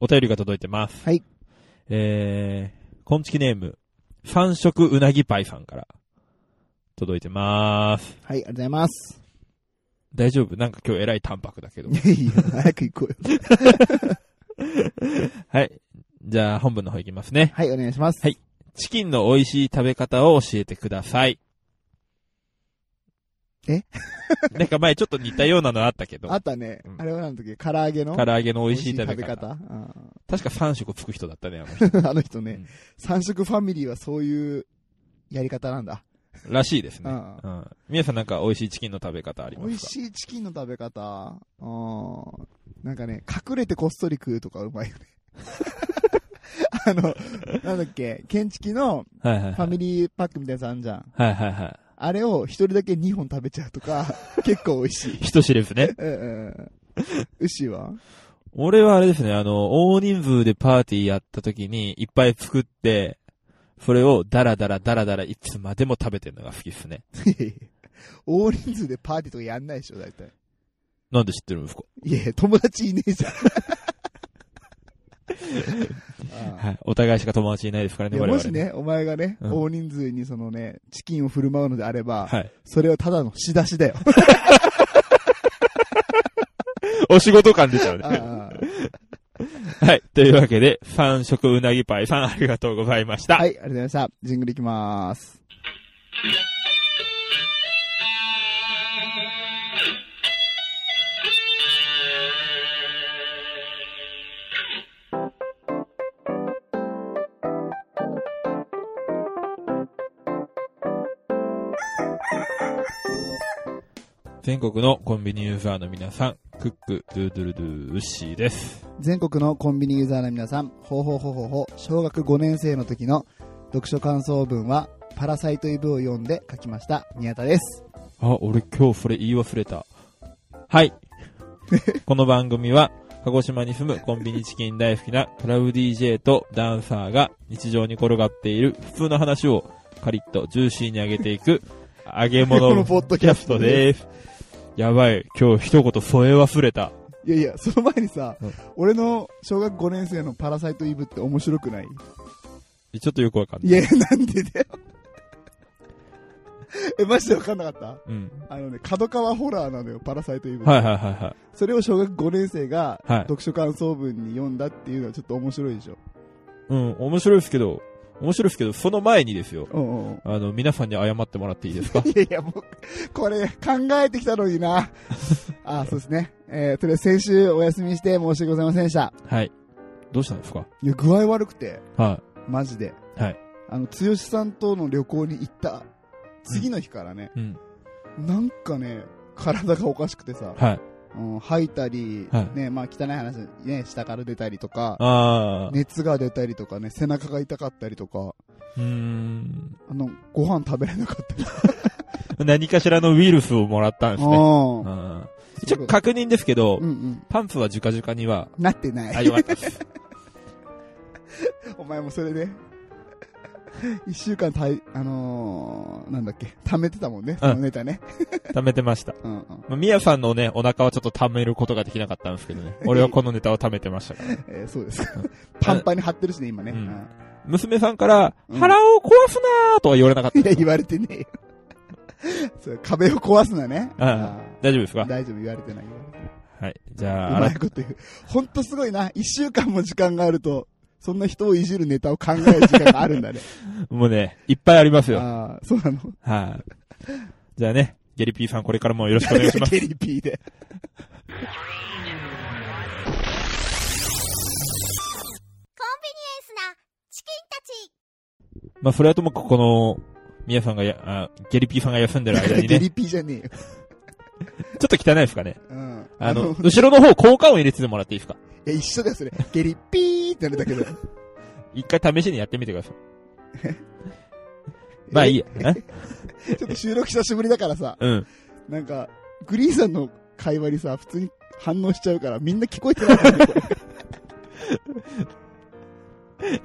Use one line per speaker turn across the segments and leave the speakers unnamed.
お便りが届いてます。
はい。
えー、こんちきネーム、三色うなぎパイさんから、届いてます。
はい、ありがとうございます。
大丈夫なんか今日えらい淡白だ けど。
いや、早く行こうよ。
はい。じゃあ、本文の方いきますね。
はい、お願いします。
はいチキンの美味しい食べ方を教えてください。
え
なんか前ちょっと似たようなのあったけど
あ、ったね
う。ん
あれはなんだっけ唐揚げの
唐揚げの美味しい食べ方。
うん
確か3食つく人だったね、あの人。
あの人
う
ね
ん、
三色ファミリーはそういうやり方なんだ。
らしいですね。
う
うんん。皆さんなんか美味しいチキンの食べ方ありますか
美味しいチキンの食べ方、うんなんかね、隠れてこっそり食うとかうまいよね。 あの、なんだっけ、建築の
はいはい
フ
は
ァ
い。
ミリーパックみたいなやつあんじゃん。
はいはいは
あれを一人だけ2本食べちゃうとか、結構美味しい。
い。人知れずね。
うんうんうん。牛は
俺はあれですね、あの、大人数でパーティーやった時にいっぱい作って、それをダラダラダラダラいつまでも食べてるのが好きですね。
いやいや 大人数でパーティーとかやんないでしょ、大体。
なんで知ってるんですか
いやいや、友達いねえじゃん。あ
はい。お互いしか友達いないですから
あい
ね、
や
我々。
もし。ね、お前がね、
うん
大人数にそのね、チキンを振る舞うのであれば、
はい。
それはただの仕出しだよ。
お仕事感出ちゃうね。
あ
はい。というわけで、三色うなぎパイさんありがとうございまし
あ
た。
はい、ありがとうございました。ジングルいきまーす。
全国のコンビニユーザーの皆さん、クック、ドゥードゥルドゥー、ウッシーです。
全国のコンビニユーザーの皆さん、ほうほうほうほうほう、小学5年生の時の読書感想文は、パラサイトイブを読んで書きました、宮田です。
あ、俺今日それ言い忘れた。はい。この番組は、鹿児島に住むコンビニチキン大好きなクラブ DJ とダンサーが日常に転がっている普通の話をカリッとジューシーに上げていく、揚げ
こ
物
の
ポッ
ポッ
ド
ド
キ
キ
ャ
ャ
ス
ス
ト
ト
で。
です
やばい、今日一言添え忘れた。
いやいや、その前にさ、
うん
俺の小学5年生のパラサイトイブって面白くない
ちょっとよくわかんない。
いや、なんでだよ。 え、マジでわかんなかった
うん。
あのね、角川ホラーなのよ、パラサイトイブ。
はいはいはいはい。
それを小学5年生が
はい
読書感想文に読んだっていうのはちょっと面白いでしょ。
うん、面白いですけど、面白いですけど、その前にですよ。
うんうん うん。
あの、皆さんに謝ってもらっていい ですか
いやいや、もう、これ、考えてきたのにな。あ、そうですね。えー、とりあえず先週お休みして申し訳ございませんでした。
はい。どうしたんですか
いや、具合悪くて、
は
マジで。
はい。
あの、剛さんとの旅行に行った、次の日からね、
い。うん。
なんかね、体がおかしくてさ、
はい。
うん、吐いたり、
はい
ね、まあ汚い話、ね、下から出たりとか、
あー。
熱が出たりとかね、背中が痛かったりとか、
うーん。
あの、ご飯食べれなかったりとか。
何かしらのウイルスをもらったんですね。
あ
う
ー
ん一応確認ですけど、
うんうん。
パンツはジュカジュカには、
なってない。
あ、よかったです。
お前もそれで、 一週間たい、あのー、なんだっけ、溜めてたもんね、そのネタね。
貯めてま した。
うんうん。
まあミヤさんのね、お腹はちょっと貯めることができなかったんですけど ね。俺はこのネタを貯めてましたから。
えーそうです。パンパンに張ってるしね、今ね。
うん
うん
娘さんから、
うん
腹を壊すなーとは言われなかった
いや、
です
言われてねえよ。そう壁を壊すなね。
うん
あ
大丈夫です
ー
か
大丈夫、言われてない。言われてないう
はい。じゃあ、
まいこと言う。ほんとすごいな。一週間も時間があると、そんな人をいじるネタを考える時間があるんだね。
もうね、いっ ぱいありますよ。はい、
ああ、そうなの。
じゃあね、ゲリピーさんこれからもよろしくお願いし ます。
ゲリピーで。
スなチキンたち
まあ、それはともかくこの、皆さんがや、あゲリピーさんが休んでる間に
ゲ
ね、ちょ
リピーじゃねえよ。
っと汚いですかね。
うん。
あの、後ろの方効果音入れててもらっていいですか
いや一緒だよ、それ。ゲリピーってなるだけだよ。
一回試しにやってみてください。 まあいいや。え
え。ちょっと収録久しぶりだからさ、
うん。
なんか、グリーンさんの会話にさ、普通に反応しちゃうから、みんな聞こえてな いからねこれ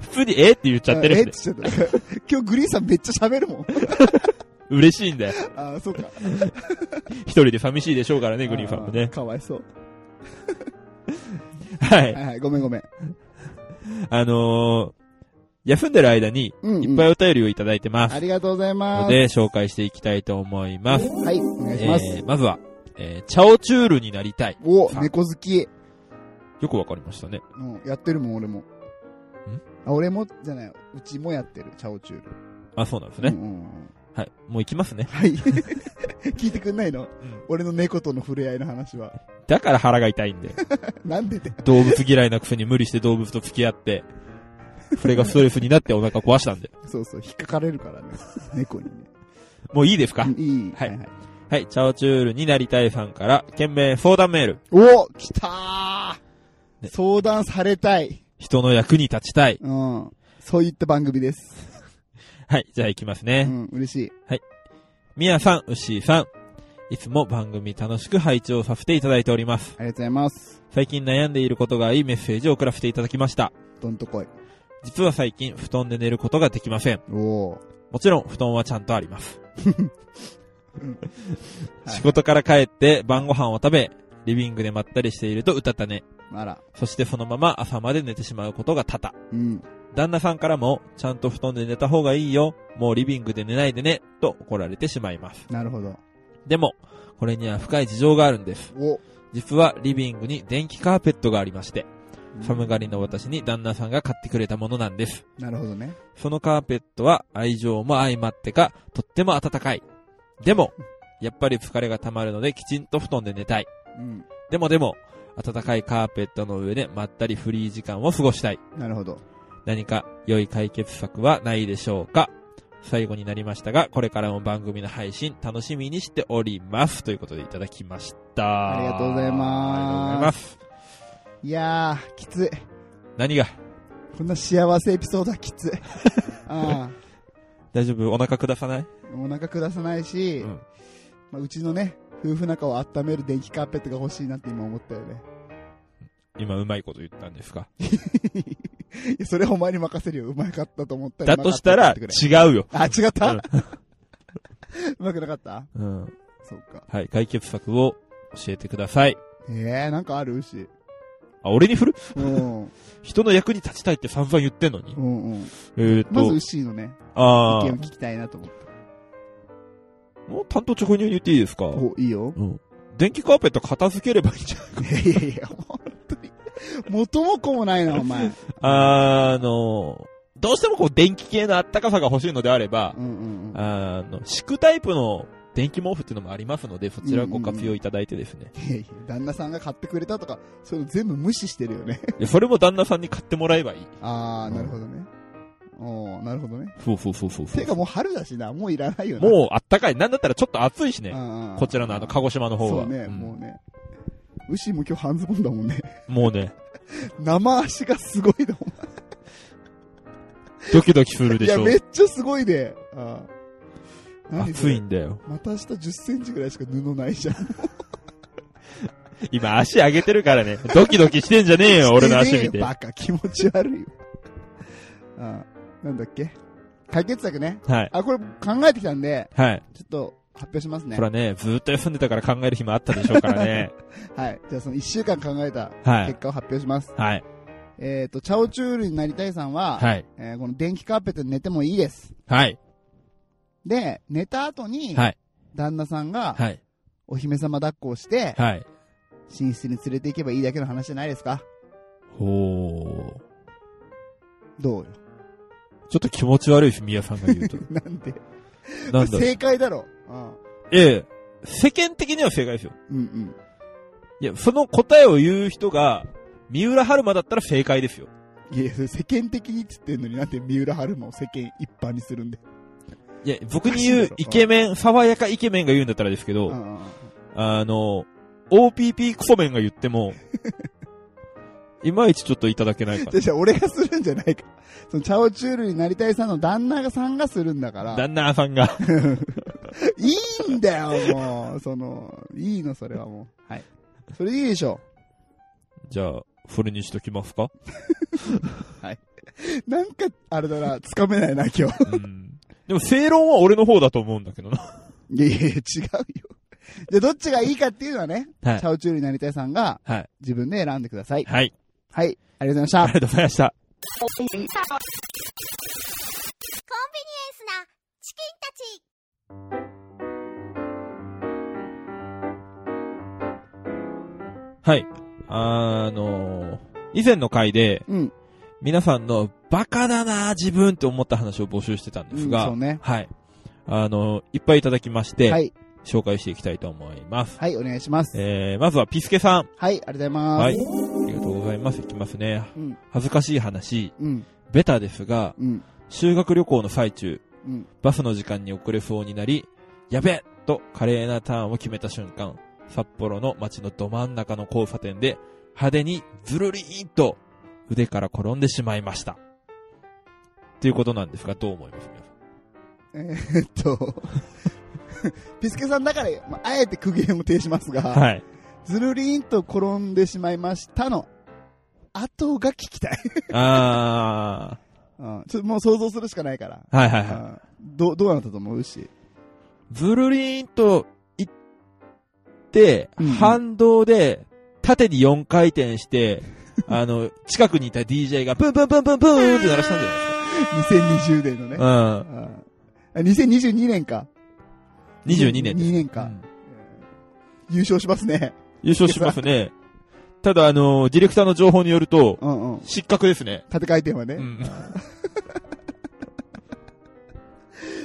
普通にえって言っちゃってるん
え
で
っ、つっちゃった。今日グリーンさんめっちゃ喋るもん。
嬉しいんだよ。
ああ、そうか。
一人で寂しいでしょうからね、グリーンファンもね。
かわいそう。
はい
はいはい、ごめんごめん。
あのー、休んでる間に、
うん、うん。
いっぱいお便りをいただいてます。
ありがとうございま
の
す。
で、紹介していきたいと思います。
はい、お願いします。
えーまずは、えーチャオチュールになりたい。
お、
さん
猫好き。
よくわかりましたね。
うん、やってるもん、俺も。あ、俺も、じゃない、うちもやってる、チャオチュール。
あ、そうなんです
う
ね。
んうんうん
はい。もう行きますね。
はい。 聞いてくんないの、俺の猫との触れ合いの話は。
だから腹が痛いんで。
なんでだよ。
動物嫌いなくせに無理して動物と付き合って、それがストレスになってお腹壊したんで。
そうそう、引っかかれるからね。猫にね。
もういいですか
うんいい。
はい
はい。
はい。チャオチュールになりたいさんから、件名相談メール。
お来たー
ね
相談されたい。
人の役に立ちたい。
うん。そういった番組です。
はい。じゃあ行きます
う
ね。
ん、嬉しい。
みやさん、うっしーさん。いつも番組楽しく配置をさせていただいております。
ありがとうございます。
最近悩んでいることがありメッセージを送らせていただきました。
どんとこい。
実は最近、布団で寝ることができません。
おー。
もちろん、布団はちゃんとあります。
はい
仕事から帰って晩ご飯を食べ、リビングでまったりしているとうたたね。
あら。
そしてそのまま朝まで寝てしまうことが多々。
うん。
旦那さんからも、ちゃんと布団で寝た方がいいよ。もうリビングで寝ないでね。と怒られてしまいます。
なるほど。
でも、これには深い事情があるんです。
お。
実はリビングに電気カーペットがありまして、寒がりの私に旦那さんが買ってくれたものなんです。
なるほどね。
そのカーペットは愛情も相まってか、とっても暖かい。でも、やっぱり疲れが溜まるのできちんと布団で寝たい。
うん。
でもでも、暖かいカーペットの上でまったりフリー時間を過ごしたい。
なるほど。
何か良い解決策はないでしょうか最後になりましたが、これからも番組の配信楽しみにしております。ということでいただきました。
ありがとうござ
あ
います
りがとうございます。
いやー、きつい。
何が
こんな幸せエピソードは きつい。ああ。
大丈夫お腹下さない
お腹下さないし、
うん
まあ、うちのね、夫婦仲を温める電気カーペットが欲しいなって今思ったよね。
今うまいこと言ったんですか
いやそれはお前に任せるよ。うまかったと思ったら。
だとしたら
うまかっ
違うよ。
たって言ってくれあ、違った、 うまくなかった
うん。うん
そうか。
はい、解決策を教えてください。
ええー、なんかあるし。
あ、俺に振る
うん。うん
人の役に立ちたいって散々言ってんのに
う。ん。
えーっ
まず、
と
ウ、ッシーのね、意
あ
見を
ー
聞きたいなと思って。
もう担当直入に言っていいですか
お、いいよ。
うん。電気カーペット片付ければいいんじゃない
いやいやいや、本当に。元も子もないな、お前。
あの、どうしてもこう電気系のあったかさが欲しいのであれば
う、んうんうん。
あの、敷くタイプの電気毛布っていうのもありますので、そちらをご活用いただいてですね。
いやいや、旦那さんが買ってくれたとか、そういうの全部無視してるよね。
いやそれも旦那さんに買ってもらえばいい。
あー、なるほどね。おー、なるほどね。
そうそうそうそう
てかもう春だしな、もういらないよな。
もうあったかい。なんだったらちょっと暑いし
う
ね。
んうん、
こちらのあの、鹿児島の方は。
そうね、
ん
もうね。牛も今日半ズボンだもんね。
もうね、
生足がすごいだもん。
ドキドキするで
い
し
や、
ょ
め。っちゃすごいね。あー何そ
暑
れ
いんだよ。
また明日10センチぐらいしか布ないじゃん。
今足上げてるからね。ドキドキしてんじゃねえよ、俺の足見
してねえ
て
よ。バカ、気持ち悪いよ。あーなんだっけ解決策ね。
はい。
あ、これ考えてきたんで、
はい。
ちょっと発表しますね
ほ。らね、ずーっと休んでたから考える暇あったでしょうからね。
はい。じゃあその1週間考えた
は
結
い。
果を発表します。
はい。
えっ、と、チャオチュールになりたいさんは、
はい。
えーこの電気カーペットに寝てもいいです。
はい。
で、寝た後に、
はい
旦那さんが、
はい。
お姫様抱っこをして、
はい。
寝室に連れて行けばいいだけの話じゃないですか
ほー。
どうよ。
ちょっと気持ち悪いです、宮さんが 言うと。
なんで
なんだろう
正解だろ。うん。
ええ。世間的には正解ですよ。
うんうん。
いや、その答えを言う人が、三浦春馬だったら正解ですよ。
いや、それ世間的にって言ってんのになんで三浦春馬を世間一般にするんで。
いや、僕に言
おかしいだ
う
ろ、
イケメン、爽やかイケメンが言うんだったらですけ
う
ど、
んうんうん。
あの、OPP クソメンが言って も、いまいちちょっといただけないか
じゃあじゃあ俺がするんじゃないか。そのチャオチュールになりたいさんの旦那さんがするんだから
な。。 旦那さん が。
いいんだよ、もう。その、いいの、それはもう。はい。それでいいでしょ
じゃあ、それにしときますか
う。なんか、あれだな、つかめないな、今日。
うん。でも正論は俺の方だと思うんだけどな。
いやいやいや違うよ。 じゃあ、どっちがいいかっていうのはね、
はい
チャオチュールになりたいさんが、
はい。
自分で選んでください。
はい。
はい。ありがとうござ
あ
い
りが
まし
とうございました。
コンビニエンスなチキンたち
はい。あのー以前の回で、
た。うん。
皆さんのバカだな自分って思った話を募集してたん
う
で
ん
すが、
そうね。
はい。あのーいっぱいいただきまして、
はい。
紹介していきたいと思います。
はい、お願いします。
えー、まずはピスケさん。
はい、ありがとうございます。
はい。ありがとうございます。いきますね。
うん。
恥ずかしい話、
うん。
ベタですが、
うん。
修学旅行の最中、
うん。
バスの時間に遅れそうになり、やべえと華麗なターンを決めた瞬間、札幌の街のど真ん中の交差点で、派手にズルリーンと腕から転んでしまいました。っていうことなんですが、どう思います皆さん
えーっと、ピスケさんだから、まああえて苦言を呈しますが、
はい。
ずるりんと転んでしまいましたの、後が聞きたい。
あ
うん、ちょっともう想像するしかないから。
ー。はいはいうは
ん、どうどうなったと思うし。
い。ズルリーンと行って、
うんうん
反動で縦に4回転 して、あの、近くにいた DJ がブンブンブンブンブンって鳴らしたんじゃないです
2020年のね。
か。うん。
うんあ2022年か。
22年です。
22年か
うん
優勝しますね。
優勝しますね。ただ、あのーディレクターの情報によると、
うんうん。
失格ですね。
縦回転はね。
うん。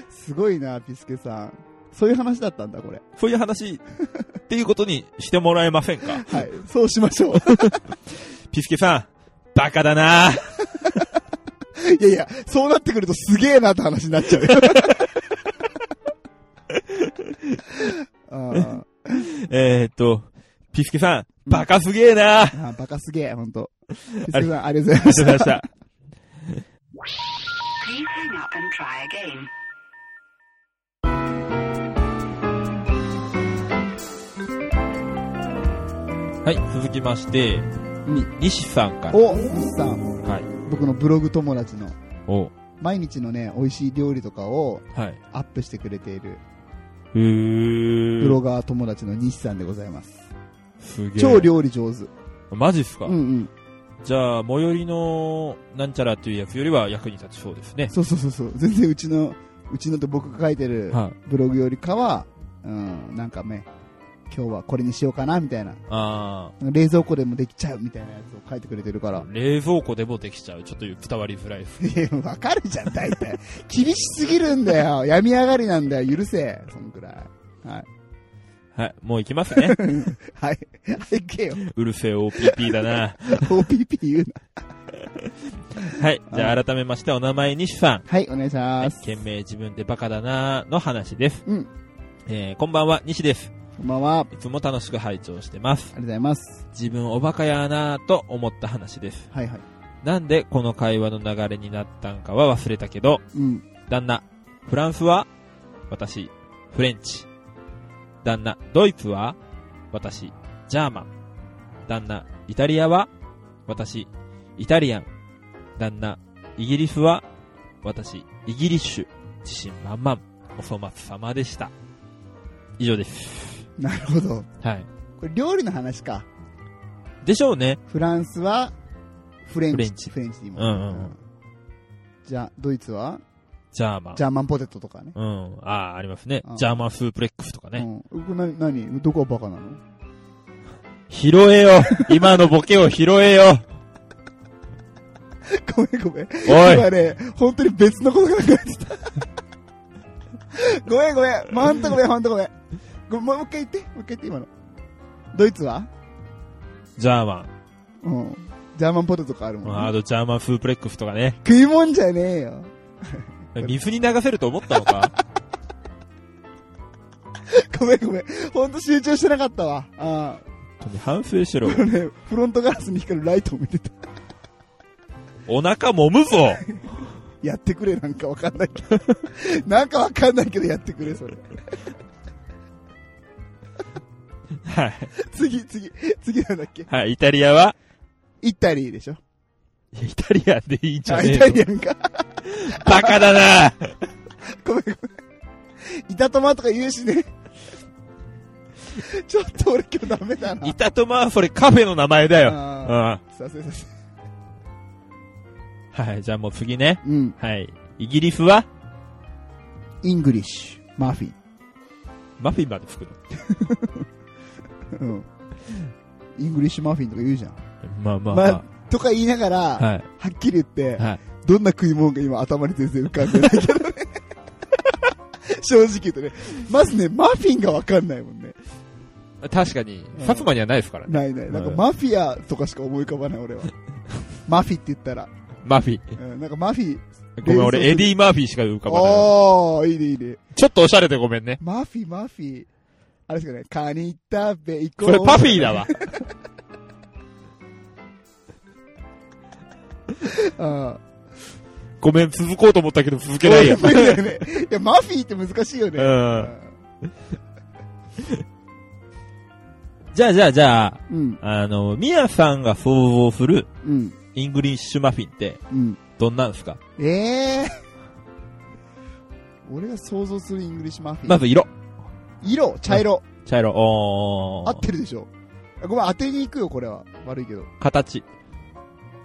すごいな、ピスケさん。そういう話だったんだ、これ。
そういう話、っていうことにしてもらえませんか
はい。そうしましょう。
ピスケさん、バカだない
やいや、そうなってくるとすげえなって話になっちゃ うよ。あ
えーっと、ピスケさん、バカすげえなあ
あ、バカすげえ、ほんと。ピスケさん、ありがとう
り
ございま
が
し
とうございました。
Please hang up and try again.
はい、続きまして、に西さんか
た。
ら。
お、西さん、
はい。
僕のブログ友達の
お
毎日のね、美味しい料理とかを
はい。
アップしてくれている
う
ブ
ー
ロガー友達の西さんでございます。
すげえ。
超料理上手。
マジっすか、
うんうん。
じゃあ、最寄りの、なんちゃらっていうやつよりは役に立ちそうですね。
そうそうそうそう。全然うちの、うちのって僕が書いてる
はい。
ブログよりかは、うん、なんかね、今日はこれにしようかな、みたいな。
あ
冷蔵庫でもできちゃうみたいなやつを書いてくれてるから
ー。冷蔵庫でもできちゃう。ちょっと伝わりづらいです。
いや、わかるじゃん、大体。厳しすぎるんだよ。病み上がりなんだよ。許せ。そんくらい。はい。
はい、もう行きます ね。
はい。はい、行けよ。
うるせえ OPP だな。
OPP 言うな。
はい、じゃあ改めましてお名前西さん。
はい、お願いし
はい
ま、す。
懸命自分でバカだなの話です。
うん。
えー、こんばんは、西です。
こんばんは。あ
い
り
つも楽しく拝聴してます。
がとうございます。
自分おバカやなと思った話です。
はいはい。
なんでこの会話の流れになったんかは忘れたけど、
うん。
旦那、フランスは私、フレンチ。旦那、ドイツは私、ジャーマン。旦那、イタリアは私、イタリアン。旦那、イギリスは私、イギリッシュ。自信満々。お粗末様でした。以上です。
なるほど。
はい。
これ料理の話か。
でしょうね。
フランスは、フレンチ。
フレンチ
フレンチにも。
うんうんうん
じゃあ、ドイツは、
ジャーマン
ジ。ャーマンポテトとかね。
うん。ああ、ありますね
う。ん
ジャーマンスープレックスとかね。
うん。これな、何どこがバカなの
拾えよ今のボケを拾え よ
ごめんごめん。
おい
今ね、本当に別のことが考えてた。ごめんごめん。まあほんとごめん、ほんとごめん。ごもうもう一回言って、もう一回言って、今の。ドイツは
ジャーマン。
うん。ジャーマンポテトとかあるもん、
あとジャーマンフープレックスとかね。
食いもんじゃねえよ。
水に流せると思ったのか
ごめんごめん。ほんと集中してなかったわ。あ
本当に反省しろ
あ。。これね、フロントガラスに光るライトを見てた。
お腹揉む ぞ
やってくれ、なんかわかんないけ ど。なんかわかんないけどやってくれ、それ。
はい。
次、次、次なんだっけ
はい、イタリアは
イタリーでしょ
いやイタリアでいいんじゃ
あ、
ね
イ
え
タ
の
リアンか。
バカだな
ごめんごめん。板トマとか言うし ね。ちょっと俺今日ダメだな。
イタトマはそれカフェの名前だよ。
あ
う
さすがさすが
はい、じゃあもう次ね。
うん。
はい。イギリスは
イングリッシュ、マフィン。
マフィンまで作る。
うん。イングリッシュマフィンとか言うじゃん。
まあまあ、
ま
ま
あ、とか言いながら、
あ、
は
はい。
っきり言って、
はい。
どんな食い物が今頭に全然浮かんでないけ どね。正直言うとね。まずね、マフィンがわかんないもんね。
確かに、薩摩にはないですからね。
ないない。なんか
うん
マフィアとかしか思い浮かばない、俺は。マフィって言ったら。
マフィン。
うん、なんかマフィ、
ごめん、
連想す
俺、
る
エディ・マーフィーしか浮かばない。
ああ、いいねいいね。
ちょっとおしゃれでごめんね。
マフィ、マフィ。あれですかね、カニ食べ行こう。
これパフィーだわ。
わ。
ごめん、続こうと思ったけど続
う
け
ん。
ない よ。
無理だよね。いや、マフィって難しいよね。
うんじゃあじゃあじゃあ、
うん、
あの、ミヤさんが想像する
うん、
イングリッシュマフィンって
うん。
どんなんですか
ええ俺が想像するイングリッシュマフィン。
まず色。
色、茶色。
茶色。お
合っ
ー。
てるでしょ。ごめん、当てに行くよ、これは。悪いけど。
形。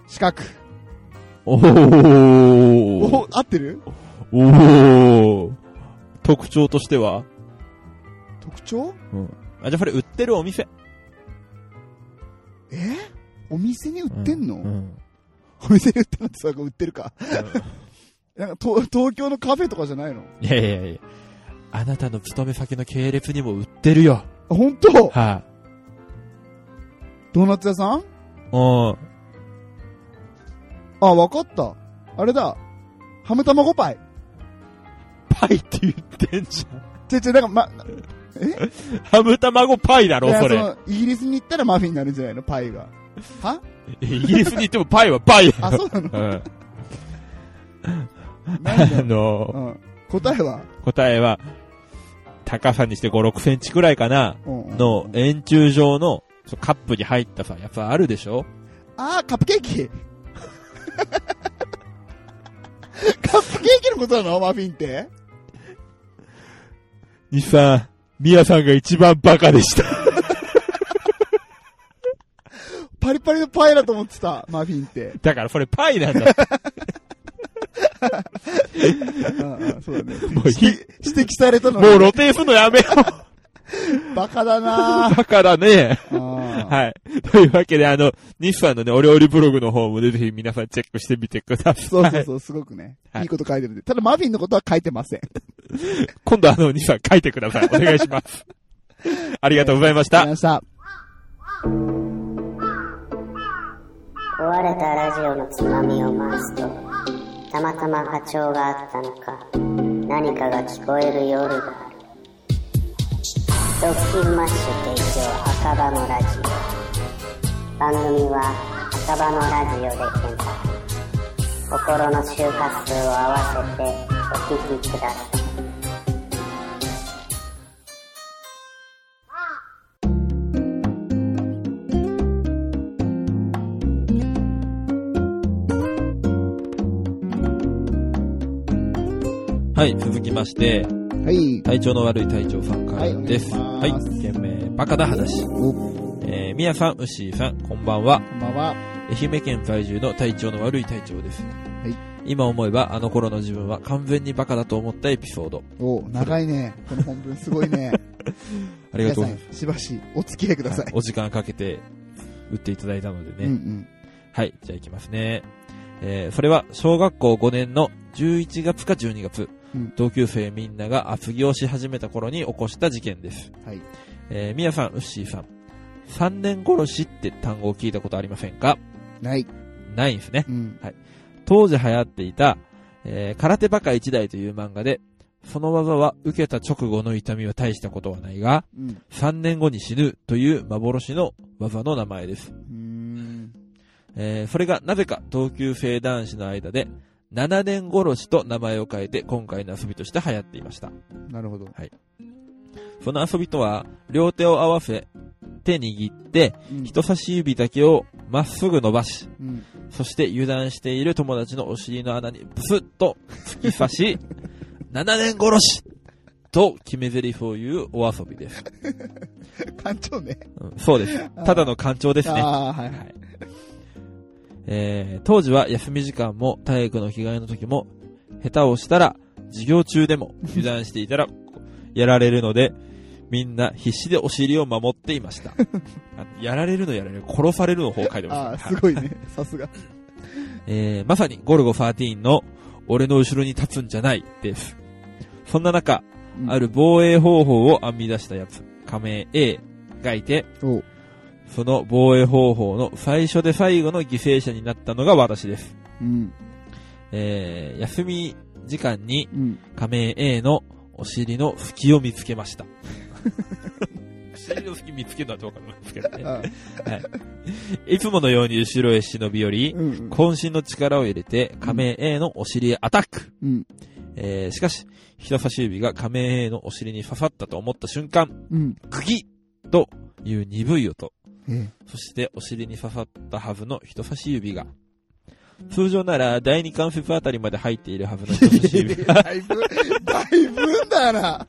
四角。
お
お
ー。
合ってる
おー。特徴としては
特徴
あ、じゃあこれ売ってるお店。
えーお店に売ってんの、
うん。
お店に売ってんのって、そうか売ってるか。なんか東、東京のカフェとかじゃないのあ
いやいやいやあなたの勤め先の系列にも売ってるよ。
本当
は
ドーナツ屋さん
い。うん。
あ、わかった。あれだ。ハム卵パイ。
パイって言ってんじゃん。
ちょちょ、なんか、ま、
ハム卵パイだろ、
いや
それ。
のイギリスに行ったらマフィンになるんじゃないのパ イが。は
イギリスに行ってもパイはパイ
あ、そうな の
うん。
なんだ
あの、
うん。答えは、
答えは、高さにして5、6センチくらいかな、
うんうん
の円柱状のそうカップに入ったさ、やっぱあるでしょ
あー、カップケーキ カップケーキのことなのマフィンって。
西さん、ミヤさんが一番バカでした。
パリパリのパイだと思ってた、マフィンって。
だからそれパイ なんだ。
うんうんそうだね。
もうひ
指摘されたの
も
に
う露呈するのやめよう。
バカだ な
バカだね。
は
はい。というわけで、あの、西さんのね、お料理ブログの方もね、ぜひ皆さんチェックしてみてください。
そうそうそう、すごくね。
はい
いいこと書いてるんで。ただ、マフィンのことは書いてません。
今度あの、西さん書いてください。お願いし ます。ありがとうございまし
あり
た。
がとうございました。
壊れたラジオのつまみを回すとたまたま波長があったのか何かが聞こえる夜がある「ドッキンマッシュ提供赤羽のラジオ」番組は赤羽のラジオで検索心の周波数を合わせてお聞きください
はい、続きまして、
はい。
体調の悪い隊長さんからです。は、
はいいお願いします
件名、バカな話。
お、こ
えー、みやさん、うっしーさん、こんばんは。
んばんは。
愛媛県在住の体調の悪い隊長です。
い
今思えば、あの頃の自分は完全にバカだと思ったエピソード。
お、長いね。この本文すごいね。
ありが
皆
と
さ
うござい
ん
ま、
しばしお付き合いくだ
す。
さ
はい
い。
お時間かけて、打っていただいたのでね。
うんうん。
はい、じゃあ行きますね。えー、それは小学校5年の11月か12月、
うん
同級生みんなが厚着をし始めた頃に起こした事件です。
はい。
えー、みやさん、うっしーさん、3年殺しって単語を聞いたことありませんか
ない。
ないんですね。
うん。
当時流行っていた、えー、空手バカ一代という漫画で、その技は受けた直後の痛みは大したことはないが、
うん。う
3年後に死ぬという幻の技の名前です。
ーん。
えーそれがなぜか同級生男子の間で、7年殺しと名前を変えて今回の遊びとして流行っていました。
なるほど。
その遊びとは、両手を合わせ、手握って、
うん
人差し指だけをまっすぐ伸ばし、
うん。
そして油断している友達のお尻の穴にブスッと突き刺し、7年殺しと決め台詞を言うお遊びです。
館長ね。
うんそうです。ただの感情ですね。
ああ、はい
は。いえー当時は休み時間も体育の着替えの時も、下手をしたら授業中でも油断していたらやられるので、みんな必死でお尻を守っていました。あやられるのやられる、殺されるの方を書いてました
あ
ね。
あ、すごいね。さすが。
えーまさにゴルゴ13の俺の後ろに立つんじゃないです。そんな中、
うん
ある。防衛方法を編み出したやつ、仮名 A がいて、
おう。
その防衛方法の最初で最後の犠牲者になったのが私です。
うん。
えー、休み時間に
うん。
仮名 A のお尻の隙を見つけました。お尻の隙見つけるのはどうかなんですけどね。
あ
いつものように後ろへ忍び寄り
う、ん。
渾身の力を入れて仮名 A のお尻へアタック。
うん。
えー、しかし、人差し指が仮名 A のお尻に刺さったと思った瞬間、
うん。
グギッという鈍い音。
え
そしてお尻に刺さったはずの人差し指が。通常なら第二関節あたりまで入っているはずの人差し指
え。
が。
だいぶ、だいぶんだな。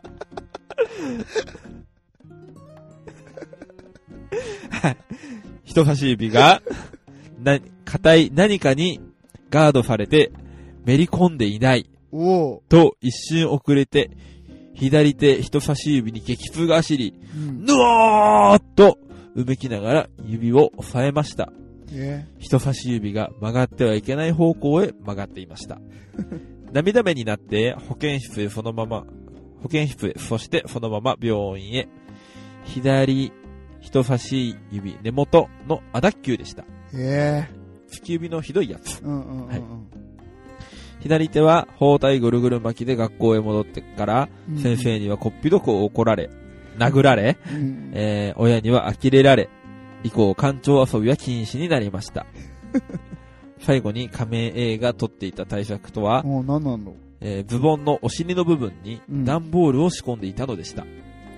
人差し指が、な、硬い何かにガードされて、めり込んでいない。
おう。
と一瞬遅れて、左手人差し指に激痛が走り、
うん。
ぬおーっと、うめきながら指を押さえました。
え
人差し指が曲がってはいけない方向へ曲がっていま した。涙目になって保健室へそのまま、保健室へ、そしてそのまま病院へ。左人差し指根元のアダッキューでした。
え
突き指のひどいやつ。
えうんうんうん
は
う
い
ん。
左手は包帯ぐるぐる巻きで学校へ戻ってから、
うん
先生にはこっぴどく怒られ、殴られ、
うん
えー親には呆れられ、以降、官庁遊びは禁止になりま した。最後に仮名 A が取っていた対策とは、
おう、なんなんだろ
えーズボンのお尻の部分に
うん
段ボールを仕込んでいたのでした。
う。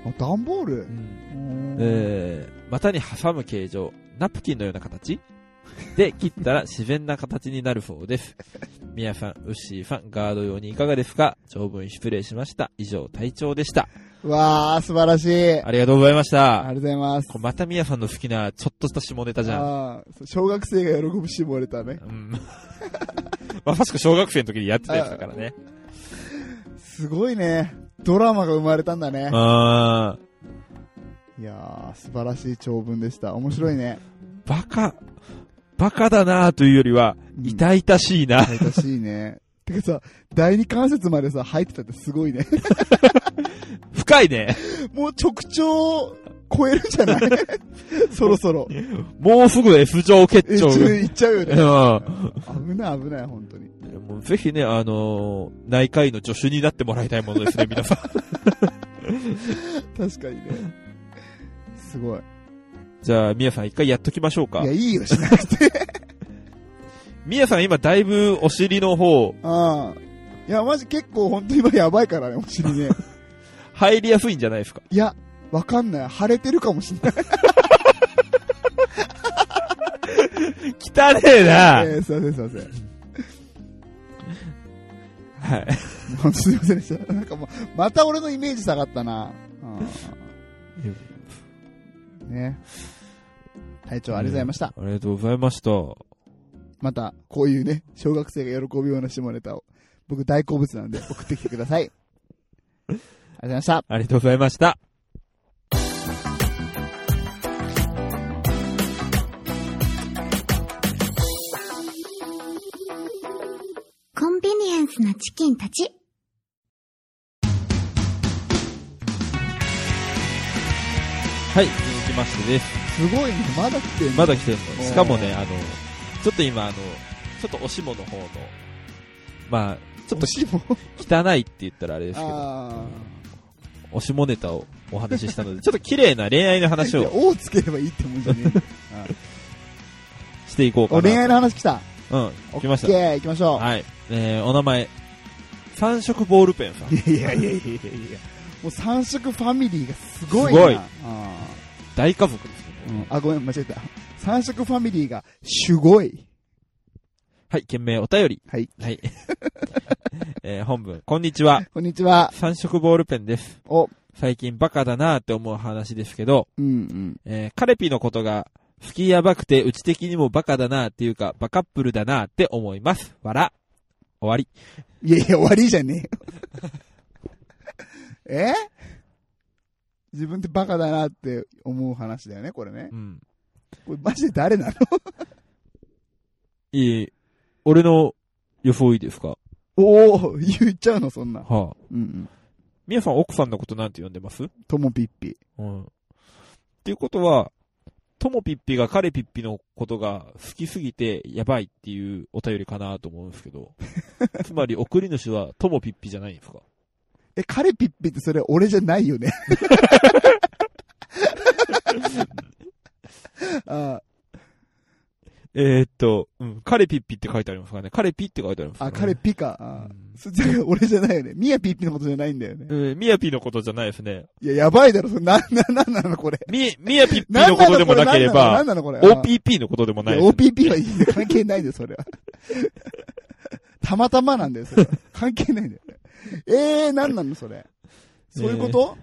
あ、段ボールおー
えー股に挟む形状、ナプキンのような形で切ったら自然な形になるそう です。ミヤさん、ウッシーさん、ガード用にいかがですか長文失礼しました。以上、隊長でした。
わー、素晴らしい。
ありがとうございまし
ありが
た。
とうございます
こ。れまたミヤさんの好きな、ちょっとした下ネタじゃん。
あーそう小学生が喜ぶしぼれたね。
うん。 まさしく小学生の時にやってたやつだからね。
すごいね。ドラマが生まれたんだね。
あー
いやー、素晴らしい長文でした。面白いね。
バカ、バカだなというよりは、
うん
痛々しいな。
恥ずかしいね。 てかさ、第二関節までさ、入ってたってすごいね。
深いね。
もう直腸を超えるんじゃ ないそろそろ。
もうすぐ F 上
え、
結
ちょ、
腸。
いっちゃうよね。
う
危ない危ない、本当に。
ん。もうぜひね、あのー内科医の助手になってもらいたいもの ですね、皆さん。
確かにね。すごい。
じゃあ、みやさん一回やっときましょうか
いや、。いいよ、しなくて。
みやさん今だいぶお尻の方、
うん。いや、マジ結構本当に今やばいからね、お尻ね。
入りやすいん じゃないですか。
いや、わかんない。腫れてるかもしんない。
汚ねえな
えー、すいません、すいません。
はい。
もうすいませんでした。なんかもう、また俺のイメージ下がったな。うんね。隊長、ありがとうございました。
ありがとうございました。
また、こういうね、小学生が喜ぶような下ネタを、僕大好物なんで送ってきてください。ありがとうございました。
ありがとうございました。
コンビニエンスなチキンたち。
はい、続きましてです。
すごいね、まだ来てんの
まだ来てる
お
の。
ー
しかもね、あの、ちょっと今、あの、ちょっとおしもの方の、まあ、ちょっと
おしも。
汚いって言ったらあれですけど、
あ
おしもネタをお話ししたので、ちょっ と綺麗な恋愛の
あ。
話
いや
を
王つければいいってもんじ ゃねえ。
していこうか
お
な。
恋愛の話来た。
うん、来ました。
オッケー、行きましょう。
はい。えー、お名前、三色ボールペン さん。
いやいやいやいやいやもう三色ファミリーがすごい
す
な。
ごい
あ
大家族です
ー、う
ね。
んあ、ごめん、間違えた。三色ファミリーが、すごい。
はい、件名お便り。
はい。
はい。 えー、本文、こんにちは。
こんにちは。
三色ボールペンです。
お、
最近バカだなーって思う話ですけど、
うんうん。
えー、カレピのことが好好きやばくて、うち的にもバカだなっていうか、バカップルだなって思います。わら。終わり。
いやいや、終わりじゃねえよ。え 自分ってバカだなって思う話だよね、これね。
うん。
これマジで誰なの
いい。俺の予想いいですか
おお言っちゃうの、そんな。
はあ。
うんうん。
皆さん奥さんのことなんて呼んでます
ともぴっぴ。
うん。っていうことは、ともぴっぴが彼ぴっぴのことが好きすぎてやばいっていうお便りかなと思うんですけ ど。つまり送り主はともぴっぴじゃないんですか
え、彼ぴっぴってそれ俺じゃないよね。あ
えー、っと、うん、彼ピッピって書いてありますからね。彼ピって書いてありますか
あ、
ら、ね。
彼ぴか。あ
うん
そ だから俺じゃないよね。ミヤぴっぴのことじゃないんだよね。
えー、みやぴのことじゃないですね。
いや、やばいだろ、それ。な、な、なんなのこれ。
み、 みやぴっぴ
なん
のことでもなければ
なん、なのこれ。なんなのこれ
OPP のことでも
あ
ないい
や
ですね、
OPP はいいんだよ関係ないんだよ、それは。たまたまなんだよ、それ は。関係ないんだよ。えー、なんなの、それ。そういうこと、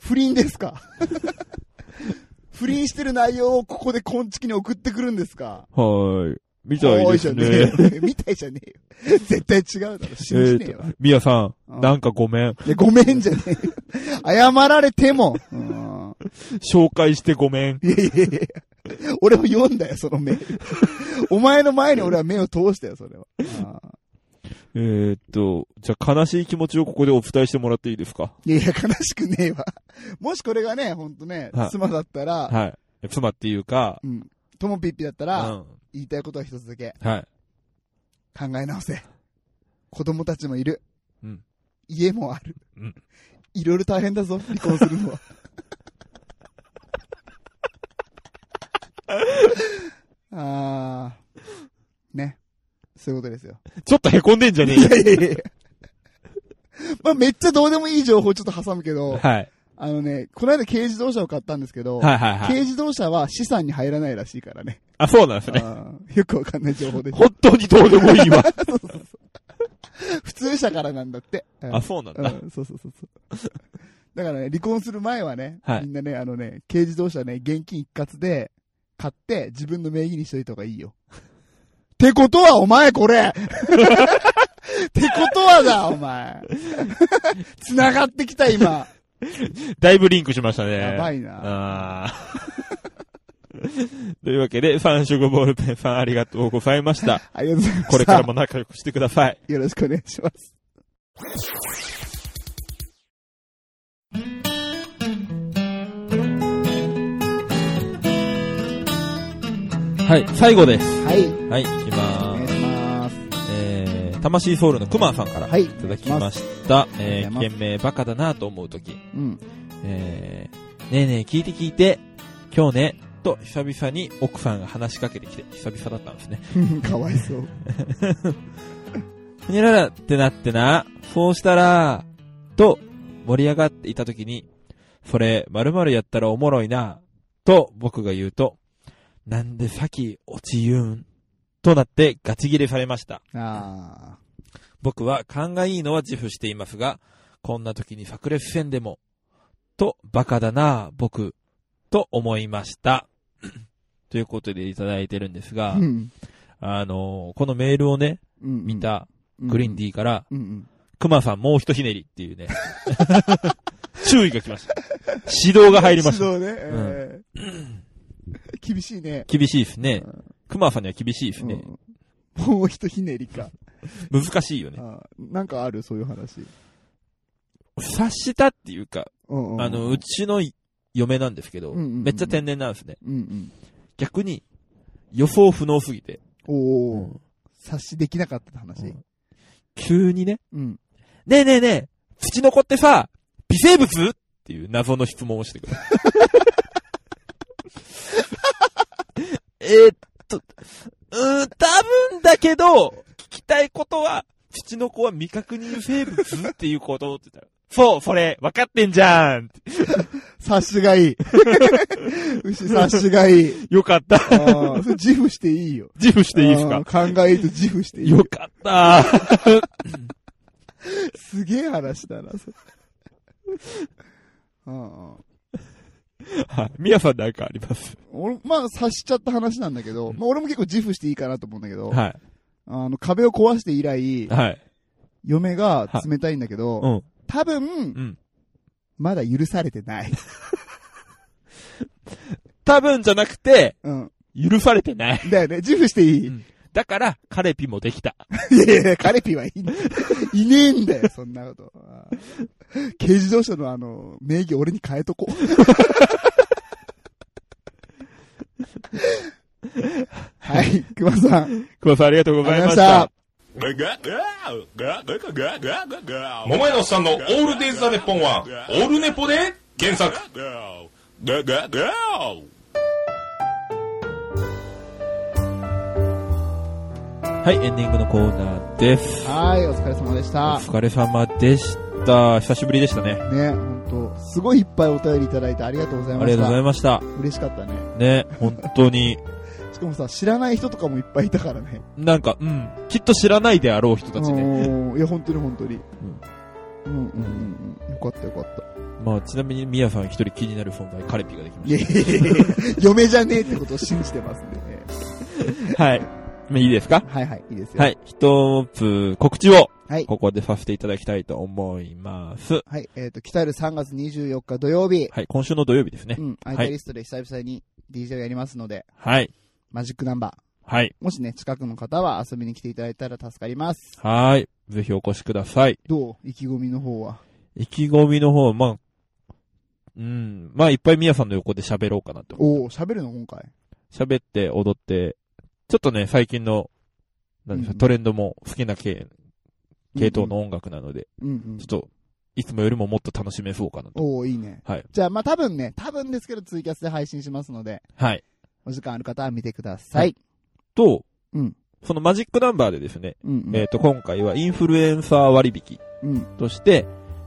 不倫ですか 不倫してる内容をここでこんちきに送ってくるんですか
はーい。みたいです
おい
ね。
じゃねえよ。 みたいじゃねえよ。絶対違うだろ。
え
信じねえ
ー
よ
っと、みやさ
うん
ん、なんかごめん。
いや、ごめんじゃねえよ。謝られても。うん
紹介してごめん。
いやいやいや俺も読んだよ、その目。お前の前に俺は目を通したよ、それは。あー
えー、っと、じゃあ悲しい気持ちをここでお伝えしてもらっていいですか
いやいや、悲しくねえわ。 もしこれがね、ほんとね
は、い
妻だったら、
はい。妻っていうか、
うん、ともぴっぴだった
う
ら、
ん。
言いたいことは一つだけ、
はい。
考え直せ。子供たちもいる。
うん
家もある
うん。
いろいろ大変だぞ、離婚するのは。 あー、ね。そういうことですよ。
ちょっと凹んでんじゃねえ
いやいやいやまあめっちゃどうでもいい情報ちょっと挟むけ
よ。
ど、
はい。
あのね、この間軽自動車を買ったんですけど、
はいはいはい。
軽自動車は資産に入らないらしいからね。
あ、そうなんですね。
あーよくわかんない情報で
本当にどうでもいい わ。
普通車からなんだって。うん
あ、そうなんだ。
うんそうそうそうそう。だからね、離婚する前はね、
はい
みんなね、あのね、軽自動車ね、現金一括で買って自分の名義にしといた方がいいよ。ってことは、お前 これってことはだ、お前。繋がってきた、今。
だいぶリンクしましたね。
やばいな。
あー というわけで、三色ボールペンさんありがとうございま した。
ありがとうございました。
これからも仲良くしてください。
よろしくお願いします。
はい、最後です。
はい、
はい、いき
お
ま
願
ー
い
す。
します。
えー、魂ソウルのクマさんから
はい
いただきました。え
あり
ー、
がとうござい
懸命バカだなと思うとき、
うん。
えー、ねえねえ聞いて聞いて、今日ね、と久々に奥さんが話しかけてきて、久々だったんですね。
かわいそう。
ふにゃららってなってな、そうしたら、と盛り上がっていた時に、それ、〇〇やったらおもろいな、と僕が言うと、なんでさっき落ち言うんとなってガチギレされました。
あ
僕は勘がいいのは自負していますが、こんな時に炸裂戦でも、と、バカだなぁ、僕、と思いました。ということでいただいてるんです
あ。
が
う、ん。
あのーこのメールをね、
うん
見。たグリーンデ
ィ
ィーから、
うんうん。
クマさんもうひとひねりっていうね、 注意が来ました。指導が入りまし
指
た。
導ね。えー 厳しいね。
厳しいですね。クマさんには厳しいですね。
うんもうひとひねりか。
難しいよね。
あーなんかあるそういう話。
察したっていうか、
うんうん
あの、うちの嫁なんですけど、
うんうんうん
めっちゃ天然なんですね。
うんうん。
逆に、予想不能すぎて、
おお、察しできなかったって話。
うん急にね、
うん。
ねえねえねえ、土の子ってさ、微生物っていう謎の質問をしてくる。 えーっと、うーん、多分だけど、聞きたいことは、土の子は未確認生物っていうことって言ったら、そう、それ、分かってんじゃんって
察しが いい。牛、察しがいい。
よかった。
あーそれ自負していいよ。
自負していいです
あ
か
ー考えと自負していい。
よかった。
すげえ話だな、それ。うんうん
はい。みやさんなんかあります。
俺、まあ、察しちゃった話なんだけど、まあ、俺も結構自負していいかなと思うんだけど、
は
あの、壁を壊して以来
い。、はい。
嫁が冷たいんだけど、
うん。
多分、
ん
まだ許されてない。
多分じゃなくて、
うん。
許されてない。
だよね、自負していい。
うんだから、カレピもできた。
いやいや、カレピはいいんだよ。いねえんだよ、そんなこと。あー軽自動車のあの、名義俺に変えとこ う。はい、熊さん。
久保さんありがとうございました。
桃
桃
屋のおっさんのオールデイズ・ザ・ネッポンは、オールネポで検索。
はい、エンディングのコーナーです。
はい、お疲れ様でし
お
た。
疲れ様でした。久しぶりでしたね。
ね、本当すごいいっぱいお便りいただいてありがとうござい
あ
ま
りが
し
とうござ
た。
いました。
嬉しかったね。
ね、本当に。
しかもさ、知らない人とかもいっぱいいたからね。
なんか、うん。きっと知らないであろう人たちね。
うんいや、本当に本当に。うん、うん、うん、うん。よかったよかった。
まあ、ちなみに、みやさん一人気になる存在、カレピができま
いや
し
いやいやいや嫁じゃねえってことを信じてますんでね。
た。はい。まあいいですか
はいはい、いいですよ。。
はいい。一つ告知を、
はい
ここでさせていただきたいと思います。
はい、えっ、と、鍛える3月24日土曜日、
はい。今週の土曜日ですね
う。ん、アイデリストで久々に DJ やりますので、
はい。
マジックナンバ
はい。
ー。もしね、近くの方は遊びに来ていただいたら助かります。
はい。ぜひお越しください。
どう意気込みの方は。
意気込みの方、まあ、うん。まあ、いっぱいみやさんの横で喋ろうかなと。
おお喋るの今回。
喋って、踊って、ちょっとね、最近の、なんですか、
うん
トレンドも好きな系、系統の音楽なので、
うんうん。
ちょっと、いつもよりももっと楽しめそうかなと。
おおいいね。
はい。
じゃあ、まあ多分ね、多分ですけどツイキャスで配信しますので、
はい。
お時間ある方は見てください。
と、
うん
そのマジックナンバーでですね、
うん、うん。
えっ、と、今回はインフルエンサー割引
うん。
として、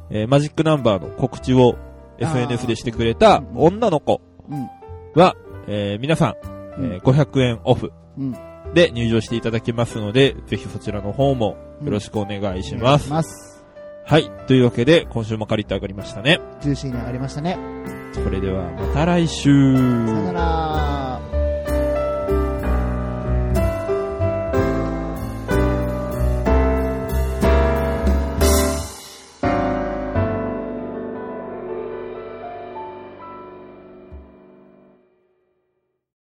えーマジックナンバーの告知を
あー
SNS でしてくれた
うん
女の子
うん
は、えー皆さん、えー500円オフ
うん
で入場していただきますので、ぜひそちらの方もよろしくお願いし
お願
ま
い
す
し。ます。
はい。というわけで、今週も借りて上がりましたね。
ジューシーに上がりましたね。
それでは、また来週。
さよなら。